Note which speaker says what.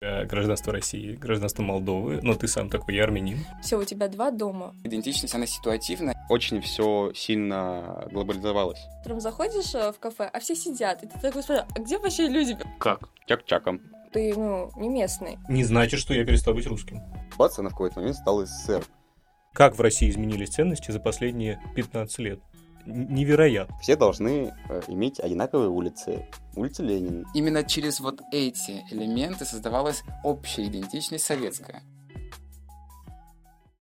Speaker 1: э, гражданство России, гражданство Молдовы, но ты сам такой, я армянин.
Speaker 2: Все, у тебя два дома.
Speaker 3: Идентичность, она ситуативна.
Speaker 4: Очень все сильно глобализовалось.
Speaker 2: Утром заходишь э, в кафе, а все сидят. И ты такой спрашиваешь, а где вообще люди?
Speaker 5: Как?
Speaker 4: Чак-чаком.
Speaker 2: Ты, ну, не местный.
Speaker 1: Не значит, что я перестал быть русским.
Speaker 4: Бац, она в какой-то момент стала СССР.
Speaker 1: Как в России изменились ценности за последние 15 лет? Н- Невероятно.
Speaker 4: Все должны э, иметь одинаковые улицы. Улица Ленина.
Speaker 3: Именно через вот эти элементы создавалась общая идентичность советская.